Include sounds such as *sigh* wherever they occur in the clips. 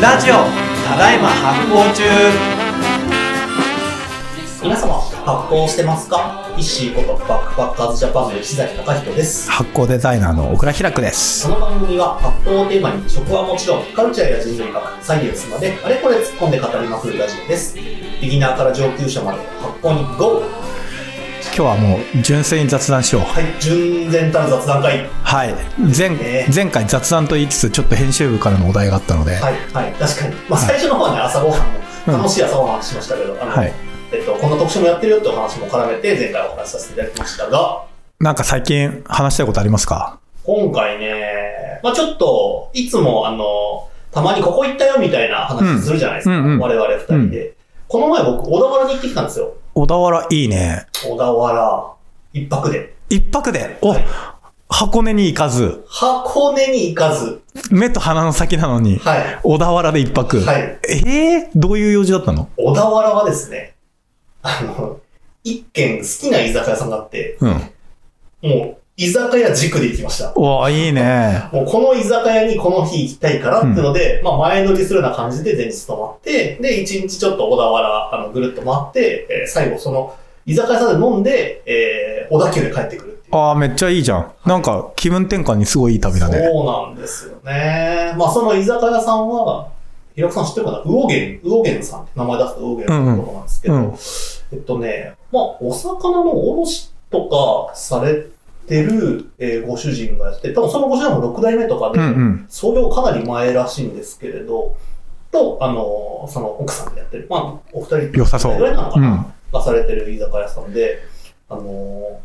ラジオただいま発行中皆様発行してますかイッシーことバックパッカーズジャパンの石崎隆彦です発行デザイナーの小倉平久です。この番組は発行をテーマに食はもちろんカルチャーや人類学サイエンスまであれこれ突っ込んで語りまくるラジオですビギナーから上級者まで発行に GO! 今日はもう純粋に雑談しよう。はい純然たる雑談会はい。前、ね前回雑談と言いつつ、ちょっと編集部からのお題があったので、はいはい確かに、まあ、最初の方はね朝ごはんうんも楽しい朝ごはんしましたけど、あのはいえっと、こんな特集もやってるよってお話も絡めて前回お話しさせていただきましたがなんか最近話したいことありますか今回ね、まあちょっと、いつもあの、たまにここ行ったよみたいな話するじゃないですか。うんうんうん我々二人で、この前僕、小田原に行ってきたんですよ。小田原いいね。小田原、一泊で。一泊で、お、はい箱根に行かず、箱根に行かず。目と鼻の先なのに、はい。小田原で一泊。はい。ええどういう用事だったの小田原はですね、あの、一軒好きな居酒屋さんがあって、うん。もう、居酒屋軸で行きました。うわ、いいね。もうこの居酒屋にこの日行きたいからっていうので、まあ前乗りするような感じで前日泊まって、で、一日ちょっと小田原、あの、ぐるっと回って、えー最後その、居酒屋さんで飲んで、えー、小田急で帰ってくるっていう。ああ、めっちゃいいじゃん。なんか気分転換にすごいいい旅だね。そうなんですよね。まあその居酒屋さんは、平子さん知ってるかな魚源、魚源さんって名前出すと魚源さんのことなんですけど、うんうんうんえっとね、まあお魚の卸しとかされてる、えーご主人がやって、多分そのご主人も6代目とかうで、んうん。創業かなり前らしいんですけれど、と、あの、その奥さんでやってる、まあ、お二人良さそうぐらいなのかうな、ん。がされてる居酒屋さんで、あの、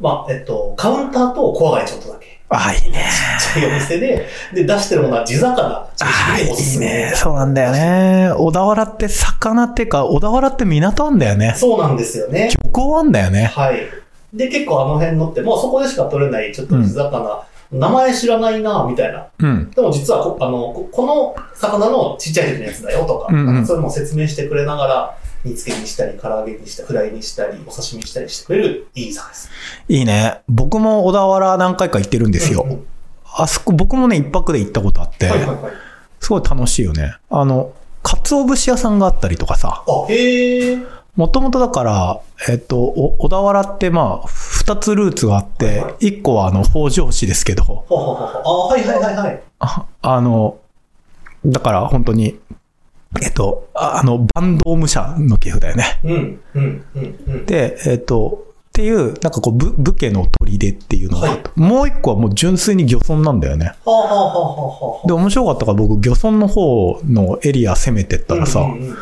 まあ、えっと、カウンターと小上がりちょっとだけ。ああ、いいね。ちっちゃいお店で、で、出してるものは地魚中ああ、心いにおすいすめ。ね。そうなんだよね。小田原って魚ってか、小田原って港あんだよね。そうなんですよね。漁港あんだよね。はい。で、結構あの辺のって、もうそこでしか取れない、ちょっと地魚、名前知らないな、みたいな。うん。でも実はこ、あの、ここの魚のちっちゃい時のやつだよとか、うんうんなんかそういうのを説明してくれながら、煮付けにしたり、唐揚げにしたり、フライにしたり、お刺身にしたりしてくれる、いい魚です。いいね。僕も小田原何回か行ってるんですうんうよ。んあそこ、僕もね、一泊で行ったことあって、はいはいはい。すごい楽しいよね。あの、鰹節屋さんがあったりとかさ、あ、へえ。もともとだから、えっと、お小田原ってまあ、二つルーツがあっはいてはい、一個はあの、北条氏ですけど、ほうほうほうほうあ、はいはいはいはい。ああの、だから本当に、えっと、ああの、バンドーム社の系譜だよね。うん、うん、うん、うん。で、えっ、と、っていう、なんかこう、ぶ武家の砦っていうのが、はいもう一個はもう純粋に漁村なんだよね。はあ、はあはあはあはあ、で、面白かったから僕、漁村の方のエリア攻めてったらさ、ううんんうんうん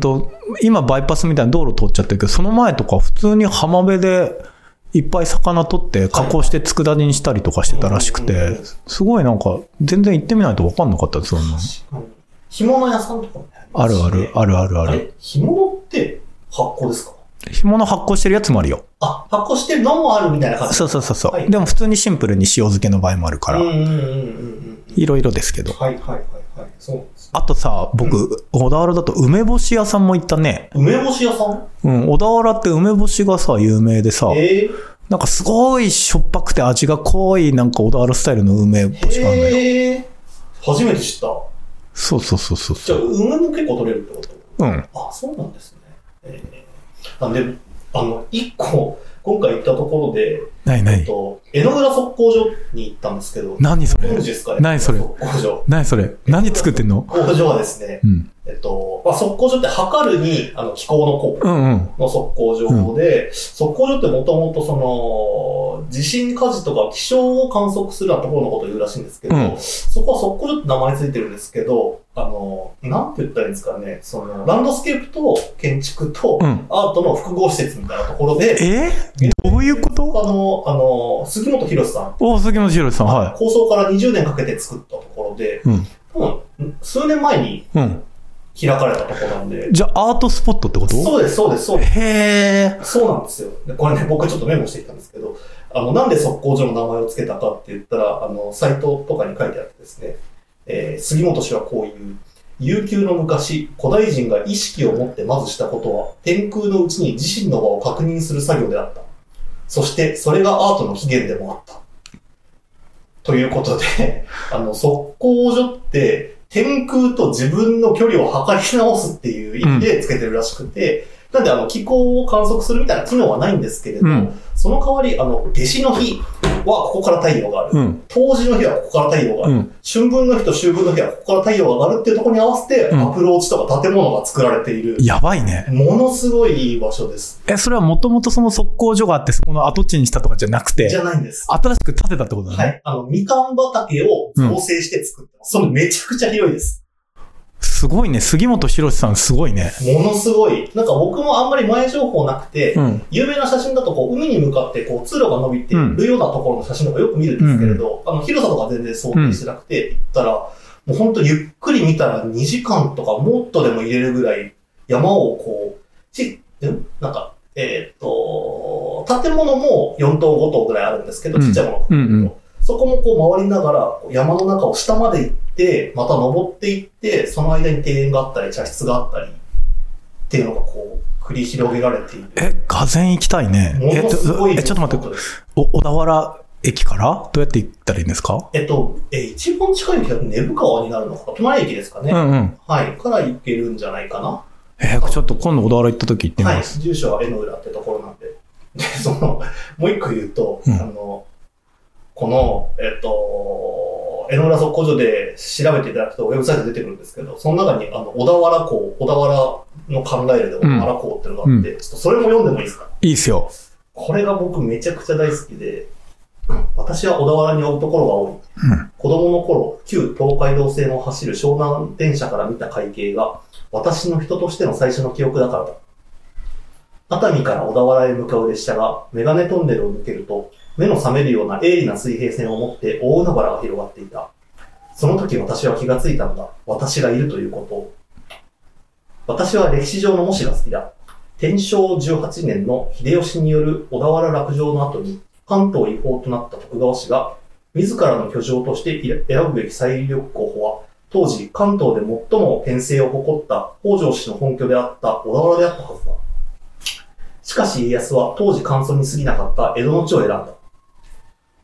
と、今バイパスみたいな道路通っちゃってるけど、その前とか普通に浜辺で、いっぱい魚取って加工して佃煮にしたりとかしてたらしくうんうんうてん、すごいなんか、全然行ってみないと分かんなかったです、そんなの確かに。干物屋さんとかもねあるある、あるあるあある。れ、干物って発酵ですか干物発酵してるやつもあるよ。あ、発酵してるのもあるみたいな感じ。そうそうそうそう。はいでも普通にシンプルに塩漬けの場合もあるから、うんうんうんうんうんうん。いろいろですけど。はいはいはいはい。そうなんですね。あとさ、僕、小田原だと梅干し屋さんも行ったね。梅干し屋さんうん、小田原って梅干しがさ、有名でさ、ええなんかすごいしょっぱくて味が濃い、なんか小田原スタイルの梅干しがあるのよ。へえ初めて知った。そうそうそうそうじそゃあ、う。梅も結構取れるってこうん。とあ、そうなんですね。ええなんで、あの、一個、今回行ったところで、なになえっにと、江ノ浦測候所に行ったんですけど、何そごれ存知ですか何それ測候所。何それ何作ってんの工場はですね、うん。えっと、まあ、測候所って測るに、あの、気候の候。うんうん。の測候所で、測候所ってもともとその、地震火事とか気象を観測するようなところのことを言うらしいんですけど、うんそこは測候所って名前ついてるんですけど、あの、なんて言ったらいいんですかね、その、ランドスケープと建築とうん。アートの複合施設みたいなところで、えどういうこあとの、あの、杉本博さん、お、杉本博さん、は構想から20年かけて作ったところで、うん多分、数年前にい。うん。開かれたところなんで、じゃあ、アートスポットってことそうです、そうです、そうです。へー。そうなんですよ。でこれね、僕ちょっとメモしてきたんですけど、あの、なんで速攻所の名前を付けたかって言ったら、あの、サイトとかに書いてあってですね、えー杉本氏はこういう、悠久の昔、古代人が意識を持ってまずしたことは、天空のうちに自身の場を確認する作業であった。そして、それがアートの起源でもあった。ということで、 *laughs* あの、速攻所って、天空と自分の距離を測り直すっていう意味でつけてるらしくて、なんであの、気候を観測するみたいな機能はないんですけれど、うんその代わり、あの、夏至の日はここから太陽がある。うん。冬至の日はここから太陽があうる。ん。春分の日と秋分の日はここから太陽が上がるっていうところに合わせて、うんアプローチとか建物が作られている、やばいね。ものすごいいい場所です。え、それはもともとその速攻所があって、そこの跡地にしたとかじゃなくて、じゃないんです。新しく建てたってことだね。はい。あの、みかん畑を造成して作ってます。それめちゃくちゃ広いです。すごいね。杉本博さんすごいね。ものすごい。なんか僕もあんまり前情報なくて、うん。有名な写真だとこう海に向かってこう通路が伸びていうんるようなところの写真とかよく見るんですけれど、あの広さとか全然想定してなくて、行ったら、もう本当ゆっくり見たら2時間とかもっとでも入れるぐらい山をこう、ち、んなんか、えーっと、建物も4棟5棟ぐらいあるんですけど、うんちっちゃいものを含めるとうんうんそこもこう回りながらこう山の中を下まで行って、また登って行って、その間に庭園があったり、茶室があったり、っていうのがこう繰り広げられている。え、俄然行きたいね。もえのすごいえ、ちょっと待って、て。お小田原駅からどうやって行ったらいいんですかえっと、えー、一番近い駅だと根府川になるのか、隣駅ですかね。うんうん。はい。から行けるんじゃないかな。えーちょっと今度小田原行った時行ってみはいます。。住所は江の浦ってところなんで。で、その、もう一個言うと、うんあの、この、えっと、江の浦速攻所で調べていただくとウェブサイト出てくるんですけど、その中に、あの、小田原港、小田原の考えるで小田原港っていうのがあって、ちょっとそれも読んでもいいですかいいっすよ。これが僕めちゃくちゃ大好きで、私は小田原に追うところが多い。うん子供の頃、旧東海道線を走る湘南電車から見た会計が、私の人としての最初の記憶だからだ。熱海から小田原へ向かう列車が、メガネトンネルを抜けると、目の覚めるような鋭利な水平線を持って大海原が広がっていた。その時私は気がついたのだ。私がいるということを。私は歴史上の模試が好きだ。天正18年の秀吉による小田原落城の後に関東違法となった徳川氏が自らの居城として選ぶべき最有力候補は当時関東で最も編成を誇った北条氏の本拠であった小田原であったはずだ。しかし家康は当時簡素に過ぎなかった江戸の地を選んだ。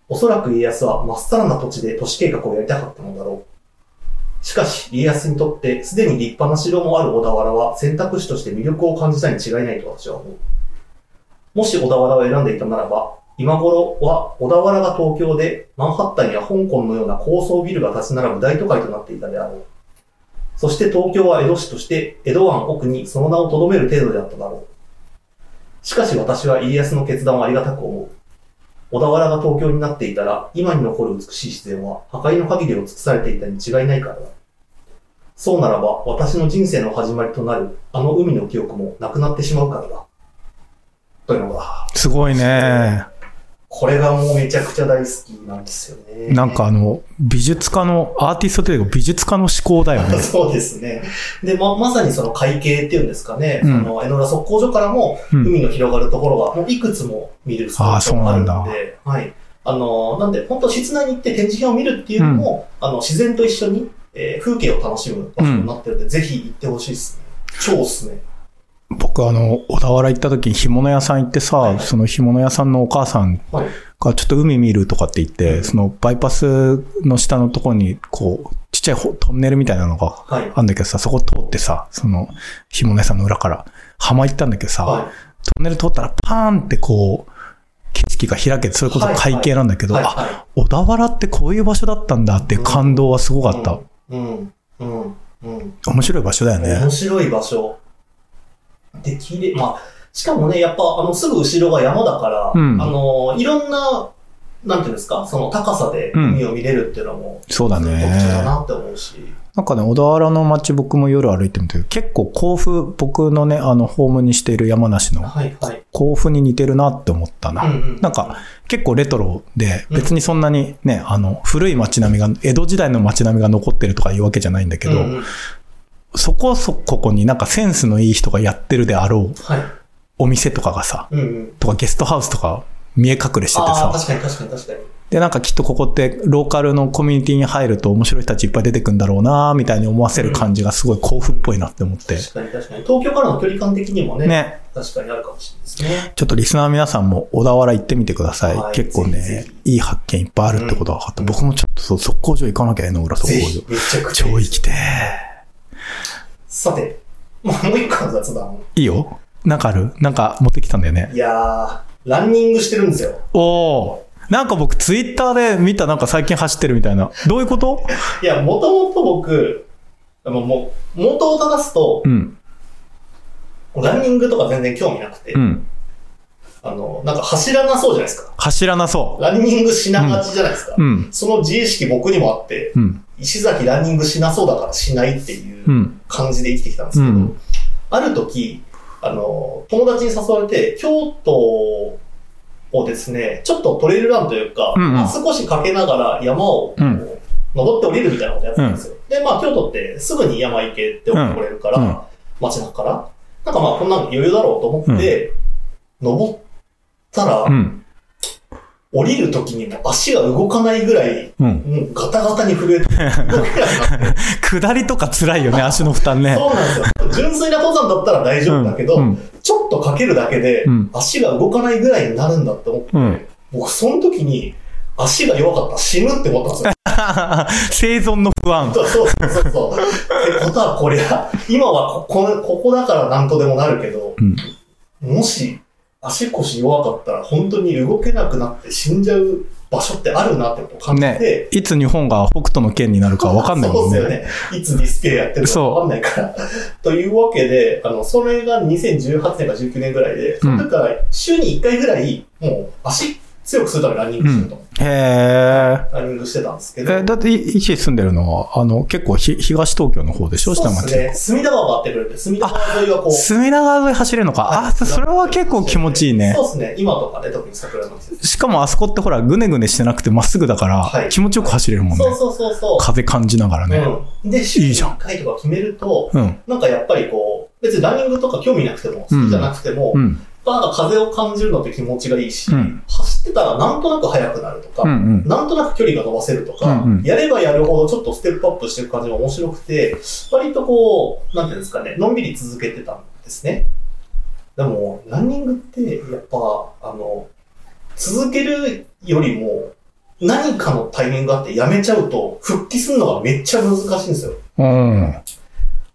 おそらく家康はまっさらな土地で都市計画をやりたかったのだろう。しかし、家康にとって、すでに立派な城もある小田原は選択肢として魅力を感じたに違いないと私は思う。もし小田原を選んでいたならば、今頃は小田原が東京で、マンハッタンや香港のような高層ビルが立ち並ぶ大都会となっていたであろう。そして東京は江戸市として、江戸湾奥にその名を留める程度であっただろう。しかし私は家康の決断をありがたく思う。小田原が東京になっていたら、今に残る美しい自然は破壊の限りを尽くされていたに違いないからだ。そうならば、私の人生の始まりとなる、あの海の記憶もなくなってしまうからだ。というのが、すごいね。これがもうめちゃくちゃ大好きなんですよね。。なんかあの、美術家の、アーティストというか美術家の思考だよね *laughs* そうですね。で、ま、まさにその海景っていうんですかね、うんその江ノ浦測候所からもうん海の広がるところがもういくつも見るスポあーッそトうがあなるんのだで、はい。あの、なんで、本当室内に行って展示品を見るっていうのも、あの、自然と一緒に、えー風景を楽しむ場所になってるんで、ぜひ行ってほしいですね。超おすすめ。僕あの、小田原行った時に干物屋さん行ってさ、はいはいその干物屋さんのお母さんはい。がちょっと海見るとかって言って、うんそのバイパスの下のところに、こう、ちっちゃいほトンネルみたいなのがはい。あんだけどさ、そこ通ってさ、その、干物屋さんの裏から、浜行ったんだけどさ、はトンネル通ったらパーンってこう、景色が開けて、それこそ海景なんだけい。ど、はい。あ、は小田原ってこういう場所だったんだっていう感動はすごい。かった。うん。うん。うん。面白い場所だよね面。白い場所。できれ、まあ、しかもね、やっぱ、あの、すぐ後ろが山だから、うんあの、いろんな、なんていうんですか、その高さでうん海を見れるっていうのも、そうだ特徴ね。だなって思うし。なんかね、小田原の街僕も夜歩いてみたけど、結構甲府、僕のね、あの、ホームにしている山梨のはい、はい。甲府に似てるなって思ったな。うんうんなんか、結構レトロで、うん別にそんなにね、あの、古い街並みが、江戸時代の街並みが残ってるとかいうわけじゃないんだけど、うんうんそこそここになんかセンスのいい人がやってるであろうはい。お店とかがさ、うんうん。とかゲストハウスとか見え隠れしててあさ。あ、確かに確かに確かに。で、なんかきっとここってローカルのコミュニティに入ると面白い人たちいっぱい出てくんだろうなみたいに思わせる感じがすごい甲府っぽいなって思って。確かに確かに。東京からの距離感的にもね、ね。確かにあるかもしれないですね。ちょっとリスナーの皆さんも小田原行ってみてください。はい結構ぜねひぜ、いい発見いっぱいあるってことが分かった。うん僕もちょっとそう、速攻場行かなきゃ、江ノ浦速ぜ攻ひ場。、めちゃくちゃいい超で行す。きてさて、もう一個の雑談。ー。いいよなんかあるなんか持ってきたんだよね。いやー、ランニングしてるんですよ。おお。なんか僕ツイッターで見たなんか最近走ってるみたいな。どういうこといや、もともと僕、あのもう、元を正すとう、ん。ランニングとか全然興味なくて、うん。あの、なんか走らなそうじゃないですか。走らなそランニングしながちじゃないですか。う。うん。その自意識僕にもあって、うん。。石崎ランニングしなそうだからしないっていううん感じで生きてきたんですけど、うんある時、あの、友達に誘われて、京都をですね、ちょっとトレイルランというか、うんうんまあ少しかけながら山をこううん登って降りるみたいなことやってたんですよ。で、まあ京都ってすぐに山行けって送ってこれるから、うんうん街中から、なんかまあこんなの余裕だろうと思って、登ったら、うん。降りる時にも足が動かないぐらい、うん。もうガタガタに震えて、 *laughs* 動けなくなって下りとか辛いよね、足の負担ね。そうなんですよ。純粋な登山だったら大丈夫だけど、うんうんちょっとかけるだけでうん、足が動かないぐらいになるんだって思って、うん *laughs* 僕、その時に、足が弱かったら死ぬって *laughs* 思ったんですよ。生存の不安。そうそうそうそう。ってことは、こりゃ、今はここここだからなんとでもなるけど、うんもし、足腰弱かったら、本当に動けなくなって死んじゃう場所ってあるなってことを感じて、ね。いつ日本が北斗の県になるかわかんないもんそうね。ですよね。いつディスプレイやってるかわかんないから。というわけで、あの、それが2018年か19年ぐらいで、その時から週に1回ぐらい、もう足強くするためにランニングしてると。へーランニングしてたんですけど。え、だって、い石井住んでるのは、あの、結構ひ、東東京の方でしょそう下で町。すね。隅田川があってくれて、隅田川沿いはこう。隅田川沿い走れるのか。あ、そそれは結構気持ちいいねそ。うですね。今とかね、特に桜の季節。しかもあそこってほら、ぐねぐねしてなくてまっすぐだかはら、い気持ちよく走れるもんねそう。そうそうそ風感じながらう。ね。うん。で、週いにいじゃん1回とか決めると、うん。なんかやっぱりこう、別にランニングとか興味なくても、好きじゃなくても、うん。なんか風を感じるのって気持ちがいいし、うん走ってたらなんとなく速くなるとうか、んうん。なんとなく距離が伸ばせるとか、うんうんやればやるほどちょっとステップアップしていく感じが面白くて、割とこう、なんていうんですかね、のんびり続けてたんですね。でも、ランニングって、やっぱ、あの、続けるよりも、何かのタイミングがあってやめちゃうと、復帰するのがめっちゃ難しいんですよ。うん。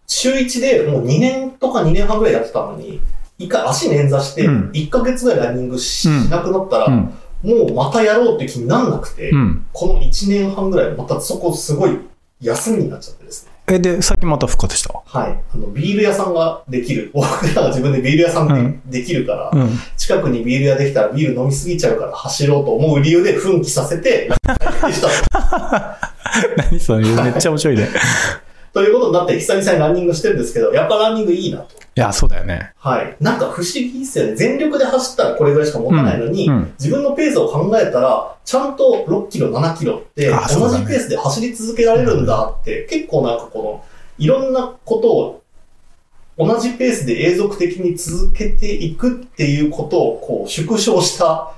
週1でもう2年とか2年半ぐらいやってたのに、一回足捻挫して、うん1ヶ月ぐらいランニングしうんなくなったら、うん。もうまたやろうって気になんなくて、うん。この1年半ぐらい、またそこすごい休みになっちゃってですね。え、で、最近また復活した。はい。あの、ビール屋さんができる。僕らが自分でビール屋さんで,、うんできるから、うん。 *laughs* 近くにビール屋できたらビール飲みすぎちゃうから走ろうと思う理由で奮起させ *laughs* て、*laughs* でしたと何それめっちゃ面白いね。ということになって久々にランニングしてるんですけど、やっぱランニングいいなと。いや、そうだよね。はい。なんか不思議ですよね。全力で走ったらこれぐらいしか持たないのに、うんうん自分のペースを考えたら、ちゃんと6キロ、7キロってあそう同だじねペースで走り続けられるんだって、結構なんかこの、いろんなことを同じペースで永続的に続けていくっていうことをこう縮小した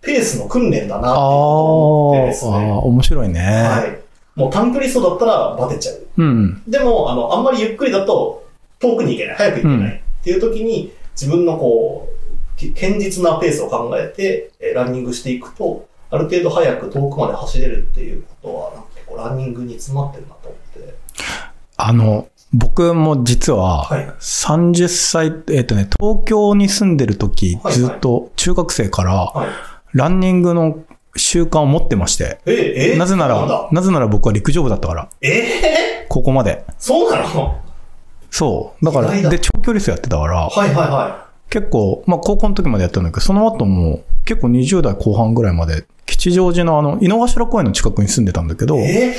ペースの訓練だなあーっていうことを思ってですあーね。、面白いね。はい。もう短距離走だったらバテちゃう。うん。でも、あの、あんまりゆっくりだと、遠くに行けない、早く行けない、っていう時に、自分のこう、き堅実なペースを考えて、えーランニングしていくと、ある程度早く遠くまで走れるっていうことは、なんか結構ランニングに詰まってるなと思って。あの、僕も実は、はい30歳、えっ、とね、東京に住んでる時、はいずっと中学生からはい。ランニングの習慣を持ってまして、えーえーなぜなそうらんだ、なぜなら僕は陸上部だったから、えここまで。ー、そうなのそう。だか意外だら、で、長距離走やってたから、はいはいは結構、まあ高校の時までやったんだけど、その後も結構20代後半ぐらいまで、吉祥寺のあの、井の頭公園の近くに住んでたんだけど、い。 2え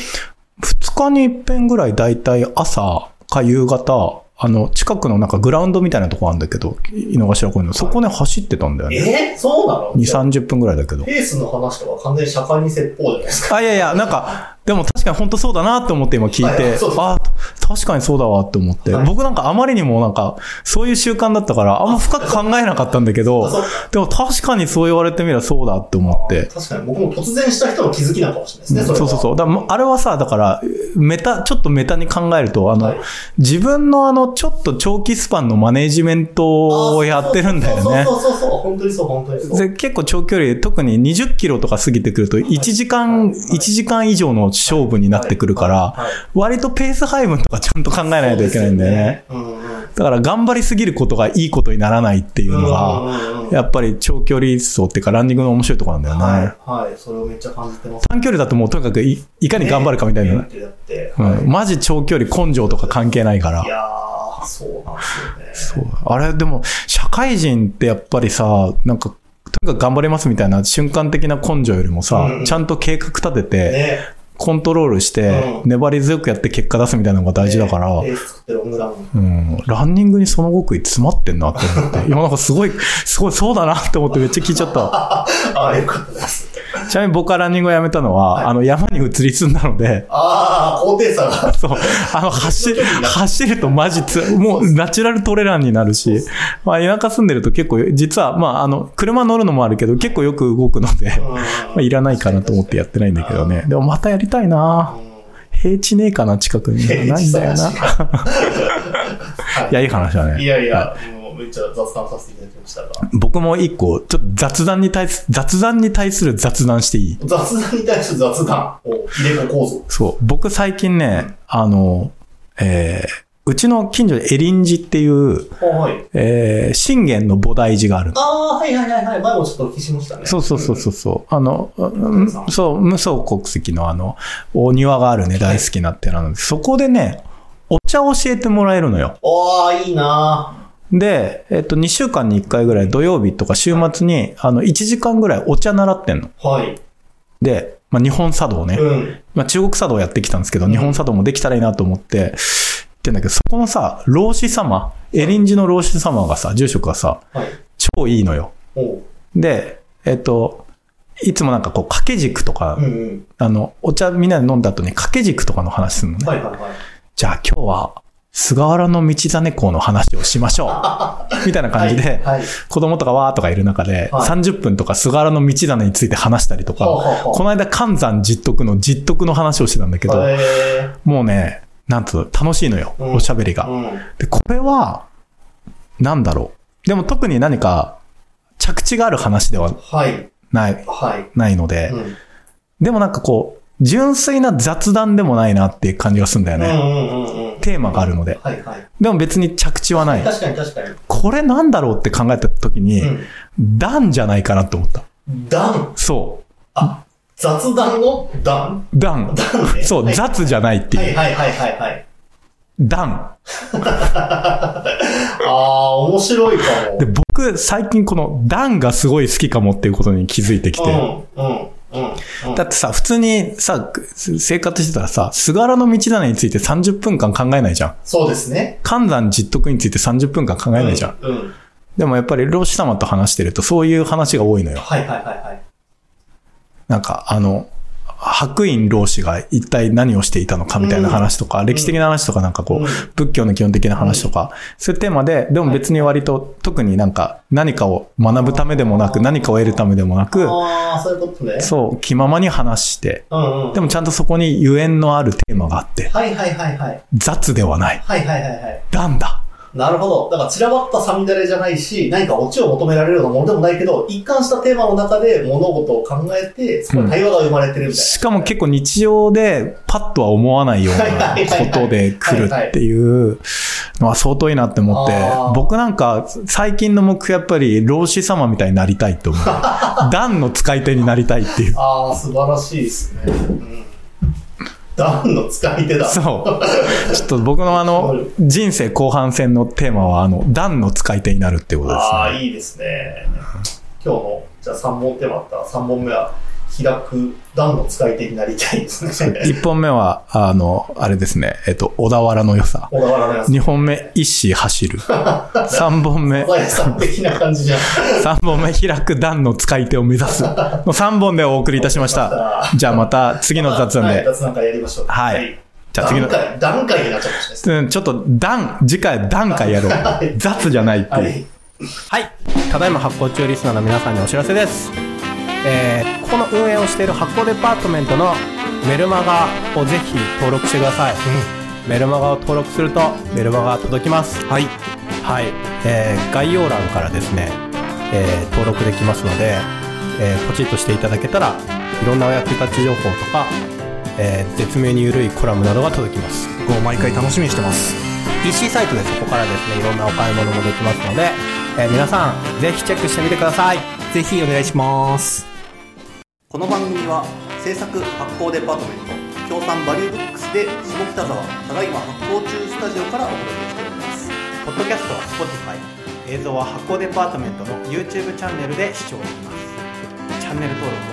日に一遍ぐらいだいたい朝か夕方、あの、近くのなんかグラウンドみたいなとこあるんだけど、井の頭公園の、そこね走ってたんだよー、ね。えー、そうなの2、30分ぐらいだけど。ペースの話とか完全に社会に説法じゃないですか。あ、いやいや、なんか、でも確かに本当そうだなって思って今聞いはていそう、そうあ確かにそうだわって思って、はい僕なんかあまりにもなんか、そういう習慣だったから、あんま深く考えなかったんだけどあそう、でも確かにそう言われてみればそうだって思って。確かに僕も突然した人の気づきなのかもしれないですね、そうれそはうそう。だからもうあれはさ、だから、メタ、ちょっとメタに考えると、あの、はい自分のあの、ちょっと長期スパンのマネジメントをやってるんだよね。そうそうそうそうそう、本当にそう、本当にそう。で結構長距離、特に20キロとか過ぎてくると、1時間、はい1時間以上の勝負になってくるから、はい、割とペース配分とかちゃんと考えないといけないんだよね。そうですよね。うんうんだから頑張りすぎることがいいことにならないっていうのが、うんうんうんやっぱり長距離走っていうかランニングの面白いところなんだよね。はい、はい、それをめっちゃ感じてます。短距離だともうとにかくいいかに頑張るかみたいなね。ってやってうん、マジ長距離根性とか関係ないからい。やー、そうなんですそうよね。あれ、でも、社会人ってやっぱりさ、なんか、とにかく頑張れますみたいな瞬間的な根性よりもさ、うんちゃんと計画立てて、ね。コントロールして、うん粘り強くやって結果出すみたいなのが大事だから、レース作ってるオム *laughs* ラン。うん、ランニングにその極意詰まってんなって思 *laughs* って、今なんかすごい、すごいそうだなって思ってめっちゃ聞いちゃった。ああ、よかったです。ちなみに僕はランニングをやめたのは、はいあの山に移り住んだので、ああ、高低差が。そう。あの、走る、走るとマジつ、もうナチュラルトレランになるし、まあ田舎住んでると結構、実は、まああの、車乗るのもあるけど、結構よく動くので、うんまあいらないかなと思ってやってないんだけどね。でもまたやりたいなう平地ねえかな、近くに。んないんだよな。い *laughs* や、いい話だね。いやいはや、もうめっちゃ雑談させていただきましたが。僕も一個、ちょっと雑談に対す、雑談に対する雑談していい雑談に対して雑談を入れ子構造。そう。僕最近ね、あの、えー、うちの近所でエリンジっていう、はい。えー、信玄の菩提寺があるのああ、はいはいはいはい。前もちょっとお聞きしましたね。そうそうそうそうそう。あの、うんさんそう、無双国籍のあの、お庭があるね、大好きなってなので、そこでね、お茶を教えてもらえるのよ。おー、いいなで、えっと、2週間に1回ぐらい土曜日とか週末に、あの、1時間ぐらいお茶習ってんの。ーはい。で、まあ、日本茶道ね。うん。まあ、中国茶道やってきたんですけど、うん日本茶道もできたらいいなと思って、言ってんだけど、そこのさ、老子様、エリンジの老子様がさ、住職がさ、はい。超いいのよ。おう。で、えっと、いつもなんかこう、掛け軸とか、うんうん。あの、お茶みんなで飲んだ後に掛け軸とかの話するのね。はいはいはい。じゃあ今日は、菅原道真公の話をしましょ *laughs* う。みたいな感じで、はい。はい子供とかわーとかいる中で、はい30分とか菅原道真について話したりとか、ほうほうほうこの間関山実徳の実徳の話をしてたんだけど、えーもうね、なんと楽しいのよ、うんおしゃべりが。うん。で、これは、なんだろう。でも特に何か、着地がある話でははい。ない、はないので、い。うん。でもなんかこう、純粋な雑談でもないなっていう感じがするんだようね。んうんうんうん。テーマがあるので。はいはい。でも別に着地はない。確かに確かに。これなんだろうって考えた時に、う段じゃないかなと思った。ん。段。そあ、雑談の段う。段。段ね。そう、はい雑じゃないって。はいいうはいはいはいはい。段。あー、面白いかも。で、僕、最近この段がすごい好きかもっていうことに気づいてきうんて。うんうん。うんだってさ、普通にさ、生活してたらさ、菅原の道真について30分間考えないじゃん。そうですね。関山実徳について30分間考えないじゃん。うん。うんでもやっぱり老子様と話してるとそういう話が多いのよ。はいはいはいはい。なんか、あの、白隠老子が一体何をしていたのかみたいな話とか、歴史的な話とかなんかこう、うん仏教の基本的な話とか、そういうテーマで、でも別に割と特になんか何かを学ぶためでもなく、何かを得るためでもなく、あー、そういうことね。そう、気ままに話して、うんうん。でもちゃんとそこにゆえんのあるテーマがあって、はいはいはいはい。雑ではない。はいはいはいはい。なんだ。なるほど。だから散らばったさみだれじゃないし、何かオチを求められるようなものでもないけど、一貫したテーマの中で物事を考えて、そこに対話が生まれてるみたいな。しかも結構日常でパッとは思わないようなことで来るっていうのは相当いいなって思ってはいはいあー、僕なんか最近の目標やっぱり老子様みたいになりたいと *laughs* 思う。段の使い手になりたいっていう。ああ、素晴らしいですね。うん。ダウンの使い手だ。そう。ちょっと僕のあはのい人生後半戦のテーマはあの段の使い手になるっていうことですああ、ね。いいですね。今日の、じゃあ3本手まった。3本目は、開く段の使い手になりたいですね。一本目は、あの、あれですね、えっと、小田原の良さ。小田原のやつ。二本目、一子走 *laughs* る。三本目小、林さん的な感じじゃん。三本目、開く段の使い手を目指 *laughs* す。の三本でお送りいたしました。じゃあまた次の雑談はいで。雑談会やりましょう。はいじゃあ次段の、階、段階になっちゃいましたね。うん、ちょっと段、次回段階や *laughs* ろう。雑じゃないってはいう。い。はい、ただいま発行中リスナーの皆さんにお知らせです。えーここの運営をしている発行デパートメントのメルマガをぜひ登録してください。メルマガを登録するとメルマガが届きます。はい。はい。えー概要欄からですね、えー登録できますので、えーポチッとしていただけたら、いろんなお役立ち情報とか、えー絶妙に緩いコラムなどが届きます。僕も毎回楽しみにしてます。 PC サイトでそこからですねいろんなお買い物もできますので、えー皆さんぜひチェックしてみてくださいぜひお願いします。この番組は制作発行デパートメント協賛バリューブックスで下北沢ただいま発行中スタジオからお届けしておりますポッドキャストは 그 Spotify 映像は発行デパートメントの YouTube チャンネルで視聴できますチャンネル登録